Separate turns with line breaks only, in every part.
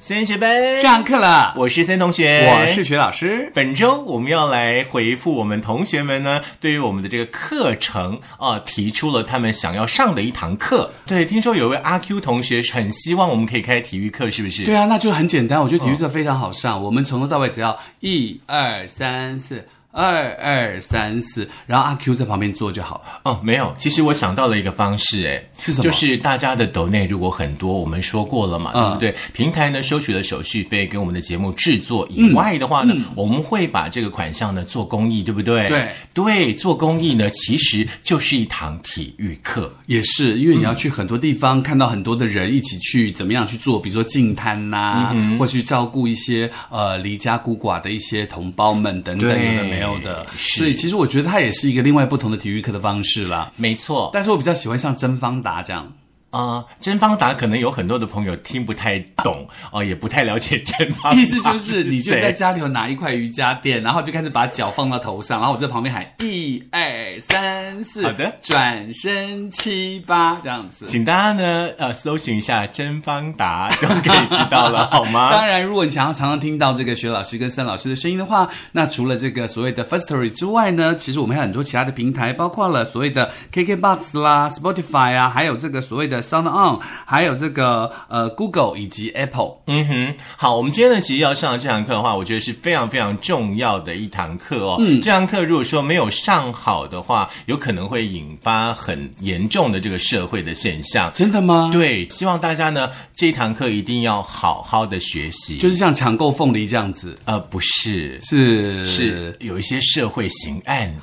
森学班
上课了，
我是森同学，
我是徐老师。
本周我们要来回复我们同学们呢，对于我们的这个课程啊、呃提出了他们想要上的一堂课。对，听说有位阿 Q 同学很希望我们可以开体育课，是不是？
对啊，那就很简单，我觉得体育课非常好上，我们从头到尾只要一二三四。二二三四，然后阿 Q 在旁边做就好了。
哦，没有，其实我想到了一个方式，哎，
是什么嗯
就是大家的抖内如果很多，我们说过了嘛，对不对？平台呢收取了手续费跟我们的节目制作以外的话呢，我们会把这个款项呢做公益，对不对？
嗯对
对，做公益呢其实就是一堂体育课。
也是，因为你要去很多地方，看到很多的人一起去怎么样去做，比如说净滩呐、或去照顾一些呃离家孤寡的一些同胞们等等，
对
有的没有的。
是
所以其实我觉得它也是一个另外不同的体育课的方式啦。
没错，
但是我比较喜欢像甄方达这样，
啊、甄方达可能有很多的朋友听不太懂哦、也不太了解甄方达，
意思就是你就在
啊谁
家里头拿一块瑜伽垫，然后就开始把脚放到头上，然后我在旁边喊一二三四，
好的
转身七八这样子。
请大家呢呃搜寻一下甄方达就可以知道 了，好吗？
当然，如果你想要常常听到这个薛老师跟森老师的声音的话，那除了这个所谓的 First Story 之外呢，其实我们还有很多其他的平台，包括了所谓的 KKBox 啦、Spotify 啊，还有这个所谓的 Sound On，还有这个呃 Google 以及 Apple。
嗯哼，好，我们今天呢，其实要上的这堂课的话，我觉得是非常非常重要的一堂课哦。嗯，这堂课如果说没有上好的话，有可能会引发很严重的这个社会的现象。
真的吗？
对，希望大家呢这一堂课一定要好好的学习。
就是像抢购凤梨这样子，
呃，不是，
是
是有一些社会刑案。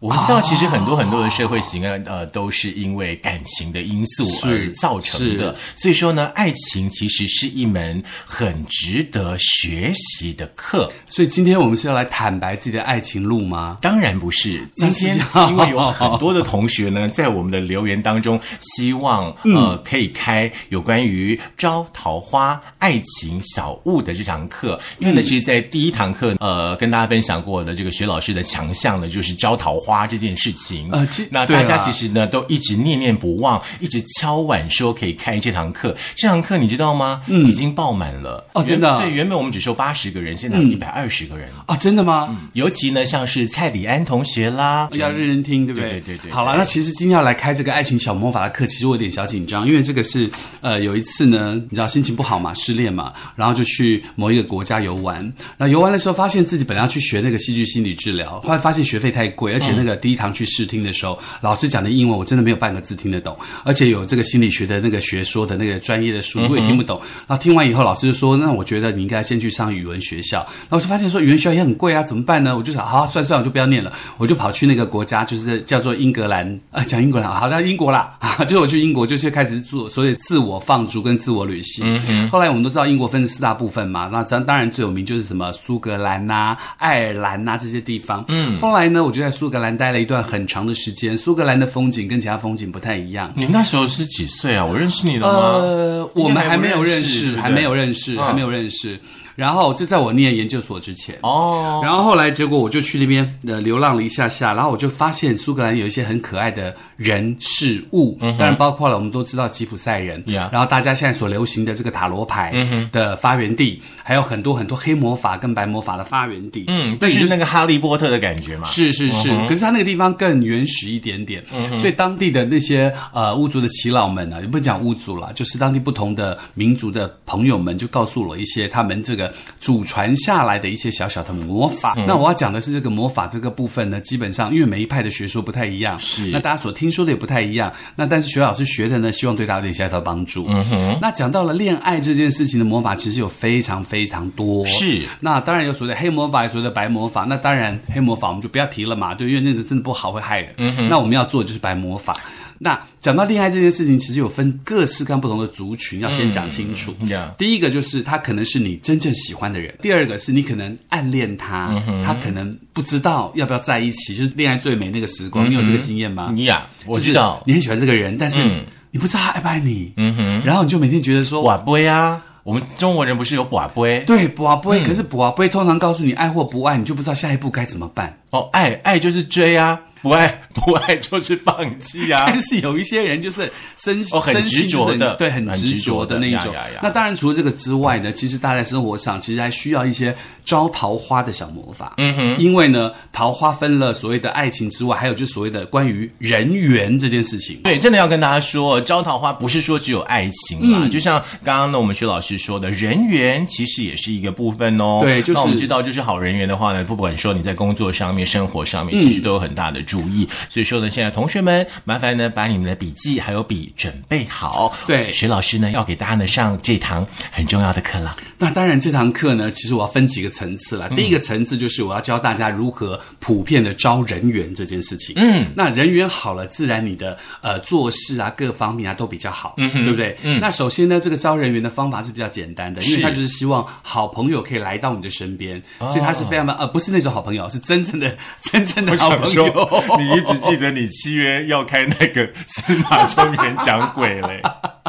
我们知道，其实很多很多的社会刑案，呃，都是因为感情的因素而
哦是
造成的。所以说呢，爱情其实是一门很值得学习的课。
所以今天我们是要来坦白自己的爱情路吗？
当然不是，今
啊那是
天
要
因为有很多的同学 呢，在我们的留言当中，希望
嗯
呃可以开有关于招桃花、爱情小物的这堂课，因为
嗯
呢，其实，在第一堂课呃跟大家分享过的这个薛老师的强项呢，就是招桃花这件事情。
呃其
那
对
大
啊
家其实呢都一直念念不忘，一直敲碗说可以开这堂课。这堂课你知道吗？嗯，已经爆满了
哦
原
真的啊嗯
对，原本我们只收八十个人，现在有一百二十个人。
啊，真的吗？
尤其呢，像是蔡礼安同学啦，
要认真听，对不对？
对对对对
好了，那其实今天要来开这个爱情小魔法的课，其实我有点小紧张，因为这个是呃有一次呢，你知道心情不好嘛，失恋嘛，然后就去某一个国家游玩，然后游玩的时候发现自己本来要去学那个戏剧心理治疗，后来发现学费太
嗯
贵，而且那个第一堂去试听的时候，老师讲的英文我真的没有半个字听得懂，而且有这个心理学的那个学说的那个专业的
嗯
书我也听不懂，然后听完以后老师就说，那我觉得你应该先去上语文学校，然后我就发现说语文学校也很贵啊，怎么办呢？我就想，好、啊，算算，我就不要念了，我就跑去那个国家，就是叫做英格兰啊、讲英格兰，好像英国啦， 啊，就是我去英国就去开始做，所以自我放逐跟自我旅行。后来我们都知道英国分成四大部分嘛，那当当然最有名就是什么苏格兰呐、爱尔兰呐、这些地方。嗯，后来呢，我就在苏格兰待了一段很长的时间，苏格兰的风景跟其他风景不太一样。
你那时候是几岁啊？我认识你了吗？
呃，我们还没有认识，还没有
认
认识，
嗯
还没有认识。然后这在我念研究所之前。
哦。
然后后来结果我就去那边呃流浪了一下下，然后我就发现苏格兰有一些很可爱的人事物，当然包括了我们都知道吉普赛人
嗯 Yeah 嗯
然后大家现在所流行的这个塔罗牌的发源地，还有很多很多黑魔法跟白魔法的发源地。
嗯，
那
就是
你就
那个哈利波特的感觉嘛。
是是嗯是，可是它那个地方更原始一点点，所以当地的那些呃巫族的耆老们呢、也不讲巫族啦，就是当地不同的民族的朋友们，就告诉我一些他们这个祖传下来的一些小小的魔法。那我要讲的是这个魔法这个部分呢，基本上因为每一派的学说不太一样，
是
那大家所听说的也不太一样，那但是学老师学的呢，希望对大家有点小小的帮助。嗯哼，那讲到了恋爱这件事情的魔法，其实有非常非常多，
是
那当然有所谓的黑魔法，有所谓的白魔法。那当然黑魔法我们就不要提了嘛，对，因为那个真的不好，会害人。
嗯
那我们要做的就是白魔法。那讲到恋爱这件事情，其实有分各式各样不同的族群，要先讲清楚。
嗯呀
第一个就是他可能是你真正喜欢的人，第二个是你可
嗯
能暗恋他，他可能不知道要不要在一起，就是恋爱最美那个时光。你有这个经验吗？
嗯你呀，我
啊就是
知道。嗯
你很喜欢这个人，但是你不知道他爱不爱你。嗯哼，然后你就每天觉得说，
瓦杯啊，我们中国人不是有瓦杯？
对，卜啊不
嗯
会，可是卜啊不会通常告诉你爱或不爱，你就不知道下一步该怎么办。
哦，爱爱就是追啊，不爱不爱就是放弃啊。
但是有一些人就是身
哦很
身心
执着的
就是很对，很
很
执
执
着
着
的
的
那一
呀
种
呀呀。
那当然，除了这个之外呢，其实大家在生活上其实还需要一些招桃花的小魔法。嗯哼，因为呢，桃花分了所谓的爱情之外，还有就是所谓的关于人缘这件事情。
对，真的要跟大家说，招桃花不是说只有爱情
嗯
啦，就像刚刚呢，我们薛老师说的，人缘其实也是一个部分哦。
对就是
那我们知道，就是好人缘的话呢，不管说你在工作上面、生活
嗯
上面，其实都有很大的注意。所以说呢，现在同学们，麻烦呢把你们的笔记还有笔准备好。
对
薛老师呢要给大家呢上这堂很重要的课了。
那当然，这堂课呢，其实我要分几个层次啦。第一个层次就是我要教大家如何普遍的招人缘这件事情。嗯，那人缘好了，自然你的呃做事啊各方面啊都比较好，嗯、对不对？嗯，那首先呢，这个招人缘的方法是比较简单的，因为
是
他就是希望好朋友可以来到你的身边，所以他是非常呃不是那种好朋友，是真正的 真正的好朋友。
你一直记得你七月要开那个司马中原讲鬼嘞，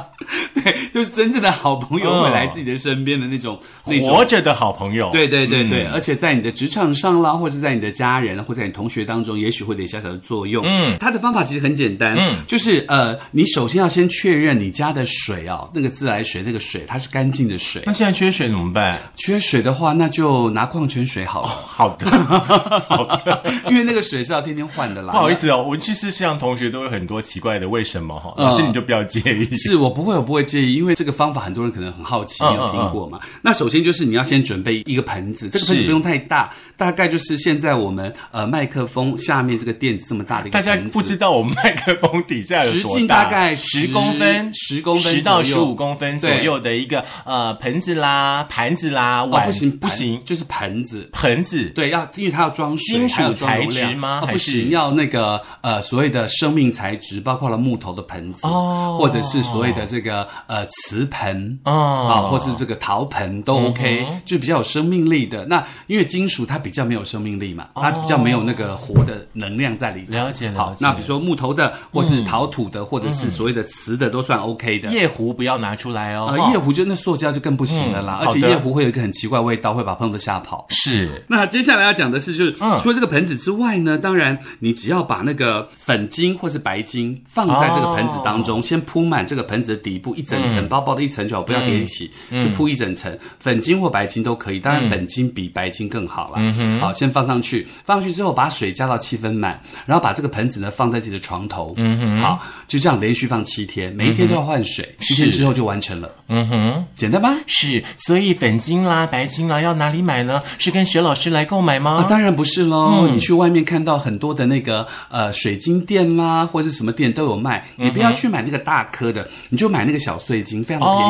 对，就是真正的好朋友会来
嗯
自己的身边的那种、 那种
活着的好朋友。
对对对对，
嗯
而且在你的职场上啦，或者在你的家人，或者在你同学当中，也许会有点小小的作用。嗯，它的方法其实很简单，嗯，就是呃，你首先要先确认你家的水哦，那个自来水那个水它是干净的水
那，现在缺水怎么办？
缺水的话，那就拿矿泉水 好了，
好的， 好的。
因为那个水是要天天换的啦。
不好意。思哦，我其实像同学都有很多奇怪的为什么哈，老师你就不要介意。
嗯是我不会，我不会介意，因为这个方法很多人可能很好奇，
嗯
没有听过嘛。那首先就是你要先准备一个盆子，这个盆子
是
不用太大，大概就是现在我们呃麦克风下面这个垫子这么大的一个
大家
盆子
不知道我们麦克风底下有
直
多
径大概
十公分、
10公分
十到
左
十
右
五公分左右的一个呃盆子啦、盘子啦、
哦，
碗
不行
不行，
就是盆子。
盆子
对，要因为它要装水，
金属
还要装容
材质
量
吗
哦、
还
不
是
行，要那个呃所谓的生命材质，包括了木头的盆子，
哦
或者是所谓的这个呃瓷盆啊、
哦嗯
或是这个陶盆都 OK，、就比较有生命力的。那因为金属它比较没有生命力嘛，它比较没有那个活的能量在里面。
哦了解了
好
解，嗯
那比如说木头的，或是陶土的，或者是所谓的瓷的，都算 OK 的。
夜壶不要拿出来哦。
呃，
哈
夜壶就那塑胶就更不行了
嗯
啦，而且
好的
夜壶会有一个很奇怪的味道，会把朋友都吓跑。
是
那接下来要讲的是，就是、
嗯
除了这个盆子之外呢，当然你只要把那个粉晶或是白晶放在这个盆子当中，先铺满这个盆子的底部一整层，薄薄的一层就好，不要叠起，就铺一整层，粉晶或白晶都可以。当然粉晶比白晶更好啦。好，先放上去，放上去之后把水加到七分满，然后把这个盆子呢放在自己的床头。嗯哼，好，就这样连续放七天，每一天都要换水，七天之后就完成了。嗯哼，简单吧？
是，所以粉晶啦、白晶啦要哪里买呢？是跟雪老师来购买
啊，
吗？
当然不是喽。你去外面看到很多的那个呃水晶店啦，或者是什么店都有卖，你不要去买那个大颗的，你就买那个小碎晶，非常的
哦
便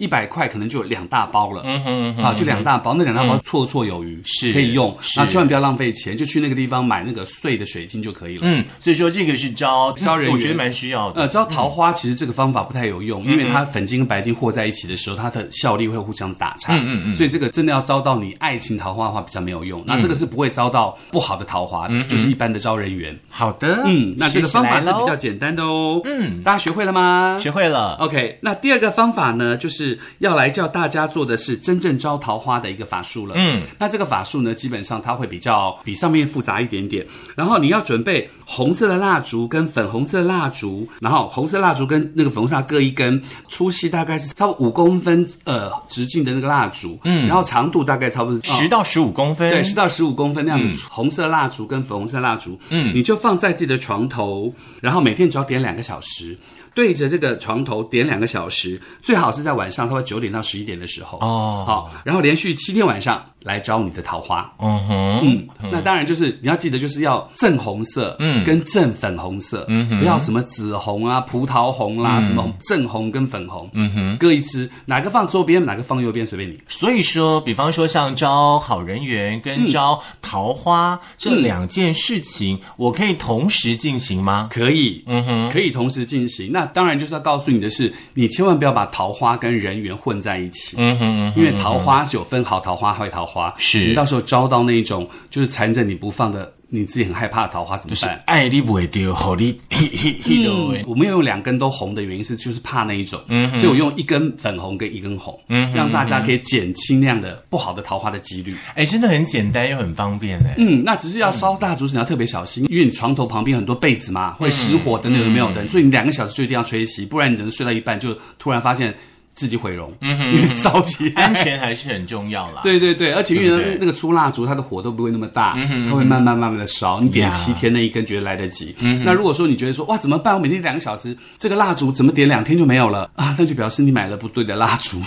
宜，一百块可能就有两大包了。嗯哼，啊，就两大包，那两大包绰绰有余，
是
可以用。
是
然后千万不要浪费钱，就去那个地方买那个碎的水晶就可以了。
嗯，所以说这个是招
招人缘
我觉得蛮需要的。嗯
呃，招桃花其实这个方法不太有用，因为它粉晶跟白晶和在一起的时候，它的效力会互相打岔。嗯嗯嗯。所以这个真的要招到你爱情桃花的话比较没有用，
嗯
那这个是不会招到不好的桃花的，就是一般的招人缘。
好的，
嗯，那这个
嗯学起来
方法是
喽
比较简单的哦。嗯，大家学会了吗？
学会了。
OK，那第二个方法呢，就是要来教大家做的是真正招桃花的一个法术了。嗯，那这个法术呢，基本上它会比较比上面复杂一点点。然后你要准备红色的蜡烛跟粉红色的蜡烛，然后红色蜡烛跟那个粉红色蜡各一根，粗细大概是差不多五公分呃直径的那个蜡烛，嗯，然后长度大概差不多是
十到十五公分，
对，十到十五公分那样的红色蜡烛跟粉红色蜡烛，嗯，你就放在自己的床头，然后每天只要点两个小时，对着这个床头点两个小时，最好是在晚上，差不多九点到十一点的时候
哦
好，然后连续七天晚上来招你的桃花，
嗯哼，
嗯，那当然就是你要记得，就是要正红色，嗯，跟正粉红色，嗯，不要什么紫红啊、葡萄红啦、什么正红跟粉红，嗯哼，各一支，哪个放左边，哪个放右边，随便你。
所以说，比方说像招好人缘跟招桃花、嗯这两件事情，我可以同时进行吗？
可以，嗯哼，可以同时进行。那当然就是要告诉你的是，你千万不要把桃花跟人缘混在一起，嗯哼，因为桃花是有分好桃花、坏桃花，
是
你到时候招到那种就是缠着你不放的。你自己很害怕的桃花怎么
就是
办？
爱哎你不会丢，好你嘿嘿嘿的喂
我没有用两根都红的原因是，就是怕那一种，所以我用一根粉红跟一根红，让大家可以减轻那样的不好的桃花的几率。
哎，真的很简单又很方便哎。
嗯，那只是要烧大竹笋，你要特别小心，因为你床头旁边很多被子嘛，会失火等等有没有的，所以你两个小时就一定要吹熄，不然你只能睡到一半就突然发现自己毁容，嗯、 烧起来
安全还是很重要啦。
对对对，嗯而且因
对不对
为那个粗蜡烛，它的火都不会那么大，它会慢慢慢慢的烧。你点七天那一根，觉得来得及。那如果说你觉得说哇怎么办？我每天两个小时，这个蜡烛怎么点两天就没有了啊？那就表示你买了不对的蜡烛。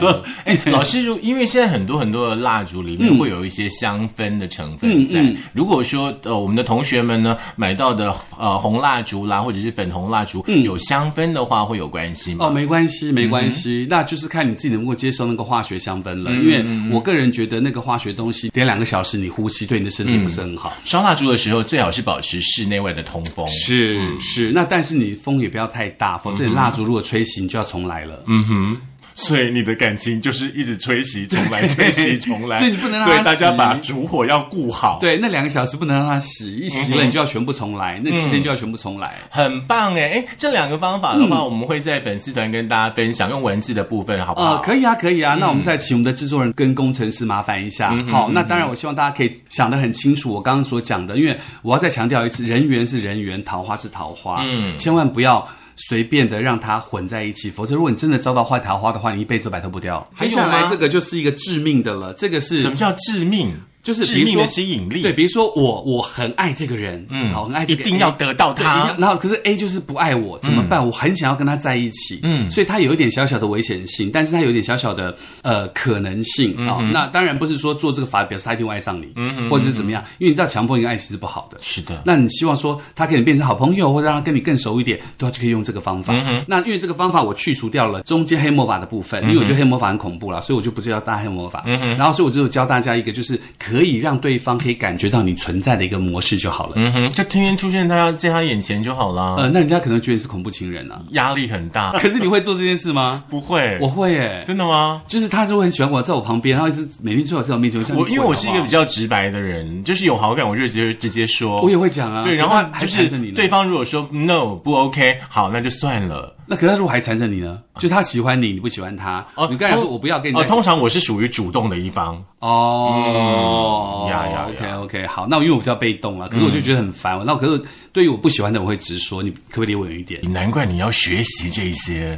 哎， 老师，如因为现在很多很多的蜡烛里
嗯
面会有一些香氛的成分在。如果说呃我们的同学们呢买到的呃红蜡烛啦，或者是粉红蜡烛、有香氛的话，会有关系吗？
嗯哦，没关系，没关系，那就是看你自己能不能接受那个化学香氛了。因为我个人觉得那个化学东西点两个小时，你呼吸对你的身体不是很好。
烧蜡烛的时候最好是保持室内外的通风。
是、是，那但是你风也不要太大，否则你蜡烛如果吹熄，你就要重来了。嗯，
所以你的感情就是一直 吹熄，重来，吹熄，重来。
所以你不能让它
所以大家
熄
把烛火要顾好。
对，那两个小时不能让它洗，一洗了你就要全部重来，那七天就要全部重来。
很棒哎哎，这两个方法的话，
嗯
我们会在粉丝团跟大家分享，用文字的部分好不好？
呃，可以啊，可以啊。那我们再请我们的制作人跟工程师麻烦一下。好，那当然，我希望大家可以想得很清楚我刚刚所讲的，因为我要再强调一次，人缘是人缘，桃花是桃花，嗯，千万不要。随便的让它混在一起，否则如果你真的遭到坏桃花的话，你一辈子都摆脱不掉。
还
接
有
下来
吗
这个就是一个致命的了，这个是
什么叫致命？
就是比
致
如
命的
说
吸引力。
对，比如说我我很爱这个人，嗯，好，很爱这
一
个
定要得到
对一
他
定。要然后可是 A 就是不爱我，怎么办？我很想要跟他在一起，嗯，所以他有一点小小的危险性，但是他有一点小小的呃可能性啊、那当然不是说做这个法表示他一定会爱上你，嗯，或者是怎么样，因为你知道强迫一个爱情是不好的。
是的，
那你希望说他跟你变成好朋友，或者让他跟你更熟一点，对，他就可以用这个方法。那因为这个方法我去除掉了中间黑魔法的部分，因为我觉得黑魔法很恐怖啦，所以我就不是要搭黑魔法。然后所以我就教大家一个，就是可以让对方可以感觉到你存在的一个模式就好了。
嗯哼，就天天出现在他在他眼前就好啦。
呃，那人家可能觉得你是恐怖情人啊。
压力很 大，
可是你会做这件事吗？
不会，
我会耶、
真的吗？
就是他就会很喜欢我，在我旁边，然后一直每天坐在我面前。我叫你
我因为
滚
我是一个
好
比
不
较直白的人，就是有好感我就直接直接说。
好我也会讲啊，
对，然
可
后
是他
就
还缠
是
着你呢。
对，方如果说 no 不 OK，好，那就算了。
那可是他如果还缠着你呢，就他喜欢你，你不喜欢他，
啊哦
你刚才说
通
我不要跟你
哦，
在一起
通常我是属于主动的一方，
哦，
嗯呀呀
，OK
呀嗯
OK，好，那因为我比较被动了，啊可是我就觉得很烦。那我可是对于我不喜欢的，我会直说，你可不可以离我远一点？
哎难怪你要学习这 些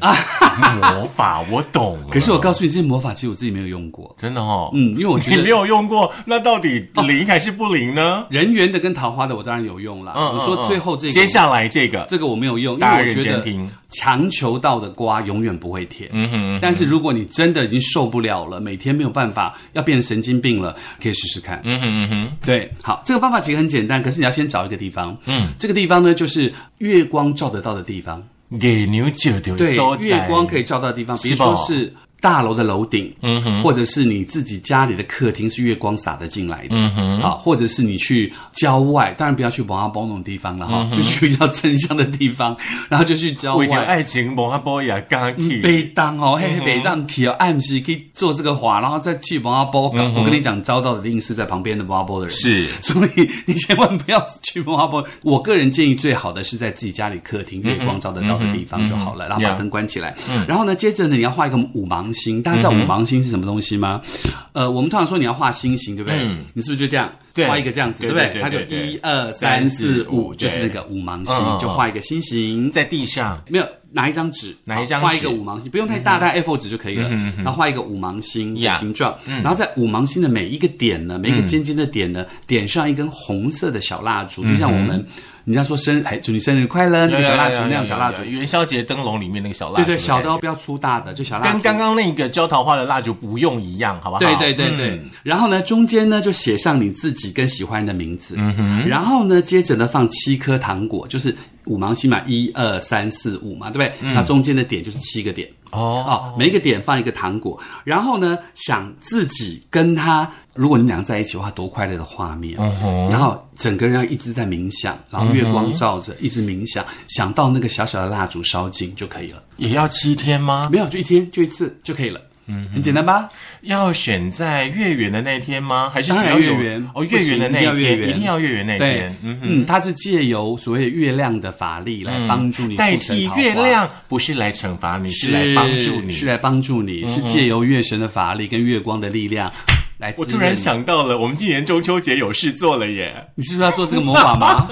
魔法，我懂了。
可是我告诉你，这些魔法其实我自己没有用过，
真的哦，
嗯，哦因为我 觉
你
得
没有用过，那到底灵还是不灵呢？
人缘的跟桃花的我当然有用啦。
嗯，
我说
嗯
最后这个
接下来这个，
这个我没有用，因
大家
为我
认
觉
真
得
听
强求到的瓜永远不会甜。嗯哼。但是如果你真的已经受不了了，每天没有办法，要变成神经病了，可以试试看。
嗯哼嗯哼。
对，好，这个方法其实很简单，可是你要先找一个地方。嗯。这个地方呢，就是月光照得到的地方。
月牛酒的
对
所，在
月光可以照到的地方，比如
嗯是吧
说是大楼的楼顶，嗯哼，或者是你自己家里的客厅是月光洒得进来的，嗯哼，啊，或者是你去郊外，当然不要去王阿包那种地方了
嗯
哈，就去比较正向的地方，然后就去郊
为着
外。
爱情，无法保也敢去。
北当哦，嘿，北当去哦，暗时可以做这个滑，然后再去王阿波。我跟你讲，遭到的一定是在旁边的王阿波的人。
是
所以 你千万不要去文化部。我个人建议最好的是在自己家里客厅月光照得到的地方就好了，然后把
Yeah
灯关起来。然后呢，接着呢，你要画一个五芒星。大家知道五芒星是什么东西吗？呃，我们通常说你要画星星，对不对？你是不是就这样
对
画一个这样子，
对
嗯对不对？
对对
它就
对
一二三四五，
对
就是那个五芒
嗯嗯嗯
星，就画一个星形。
在地上，
没有拿一张纸，
拿一张
画一
纸嗯
个五芒星，不用太大，大概 A4 纸就可以了。然后画一个五芒星的
Yeah
形状，
嗯
然后在五芒星的每一个点呢，每一个尖尖的点呢，点上一根红色的小蜡烛，就像我们人家说生哎祝你生日快乐那个小蜡
嗯
烛
有有有有
那样小蜡
有
烛
有，元宵节灯笼里面那个小蜡烛
对
的感觉，
对，小的不要粗大的，就小蜡烛
跟。刚刚那个浇桃花的蜡烛不用一样，好不好？
对对对对，
嗯
然后呢，中间呢就写上你自己跟喜欢人的名字，嗯哼，然后呢，接着呢放七颗糖果，就是五芒星嘛，一二三四五嘛，对不对？
嗯
那中间的点就是七个点，
哦，
哦，每一个点放一个糖果，然后呢，想自己跟他，如果你们俩在一起的话，多快乐的画面。
嗯
然后整个人要一直在冥想，然后月光照着，一直冥想，想到那个小小的蜡烛烧尽就可以了。
也要七天吗？
没有，就一天，就一次就可以了。嗯，很简单吧？
要选在月圆的那天吗？还是
当
只
然
要有
月圆
哦，月圆的那一
不行一定要月
天
圆
一定要月圆那一
对
天，，嗯。
嗯，它是借由所谓的月亮的法力来帮助你
代
促成
替
桃花
月亮，不是来惩罚你，是来帮助你。嗯
是来帮助你，是借由月神的法力跟月光的力量来滋
我
润你。
突然想到了，我们今年中秋节有事做了耶。
你是不是要做这个魔法吗？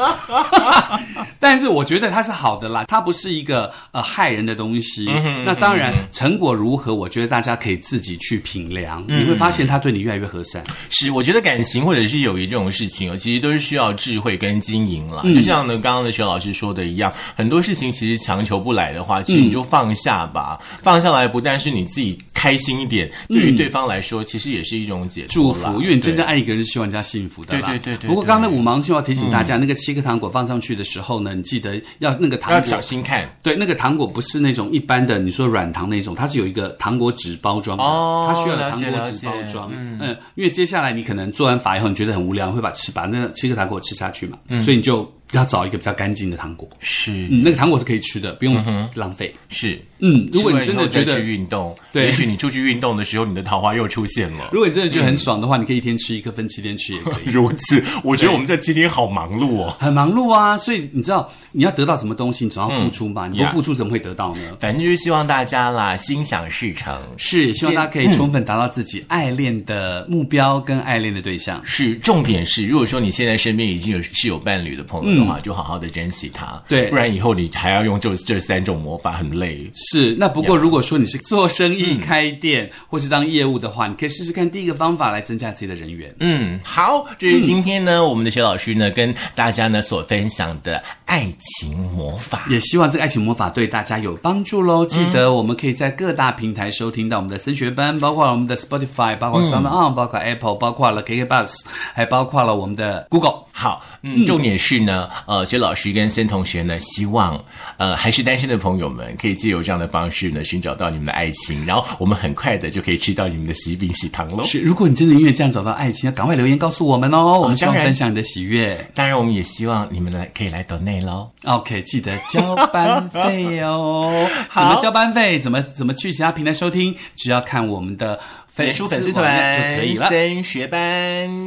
但是我觉得它是好的啦，它不是一个呃害人的东西。
嗯
那当然，成果如何，我觉得大家可以自己去品量，
嗯
你会发现它对你越来越和善。
是，我觉得感情或者是友谊这种事情哦，其实都是需要智慧跟经营啦。
嗯
就像呢，刚刚的徐老师说的一样，很多事情其实强求不来的话，
嗯
其实你就放下吧。放下来不但是你自己开心一点，对于对方来说，其实也是一种解
嗯祝
脱啦
福，因为你真
对
正爱一个人是希望人家幸福的啦。
对对对对嗯
不过刚刚那五芒星我要提醒大家，那个七颗糖果放上去的时候呢，你记得要那个糖
要
果
小心看。
对，那个糖果不是那种一般的，你说软糖那种，它是有一个糖果纸包装的，
哦
它需要有
了
糖
解
果
了
纸
解
包装。嗯因为接下来你可能做完法以后，你觉得很无聊，你会把吃把那七个糖果吃下去嘛，
嗯
所以你就要找一个比较干净的糖果。
是
嗯，那个糖果是可以吃的，不用浪费。
是，
嗯，如果你
嗯吃
真
完以
的
后再
觉得
去，运动，
对
也许你出去运动的时候，你的桃花又出现了。
如果你真的觉得很爽的话，你可以一天吃一颗，分七天吃也可以。
如此，我觉得我们这七天好忙碌哦。
很忙碌啊，所以你知道你要得到什么东西，你总
嗯
要付出嘛，你不
yeah
付出怎么会得到呢？
反正就是希望大家啦，心想事成。
是，希望大家
嗯
可以充分达到自己爱恋的目标跟爱恋的对象。
是，重点是，如果说你现在身边已经有是有伴侣的朋友的话，就好好的珍惜他。
对
不然以后你还要用这这三种魔法，很累。
是，那不过如果说你是做生
嗯
意、开店或是当业务的话，你可以试试看第一个方法来增加自己的人缘。
嗯，好，这是今天呢，我们的薛老师呢跟大家呢所分享的爱情魔法。
也希望这个爱情魔法对大家有帮助
嗯
喽！记得我们可以在各大平台收听到我们的升学班，包括了我们的 Spotify，包括 Sound
嗯
On，、包括 Apple，包括了 KKBox，还包括了我们的 Google。
好，嗯，重点是呢，呃，薛老师跟森同学呢，希望呃还是单身的朋友们，可以借由这样的方式呢，寻找到你们的爱情，然后我们很快的就可以吃到你们的喜饼喜糖喽。
是，如果你真的因为这样找到爱情，要赶快留言告诉我们哦！我们希望
当然
分享你的喜悦。
当然，我们也希望你们来可以来抖内喽。
OK，记得交班费 哦。怎么交班费？怎么怎么去其他平台收听？只要看我们的
脸书粉丝
网
团
页就可以了。嗯
森学班、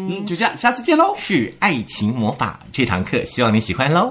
嗯，就这样，下次见喽。
是爱情魔法这堂课，希望你喜欢喽。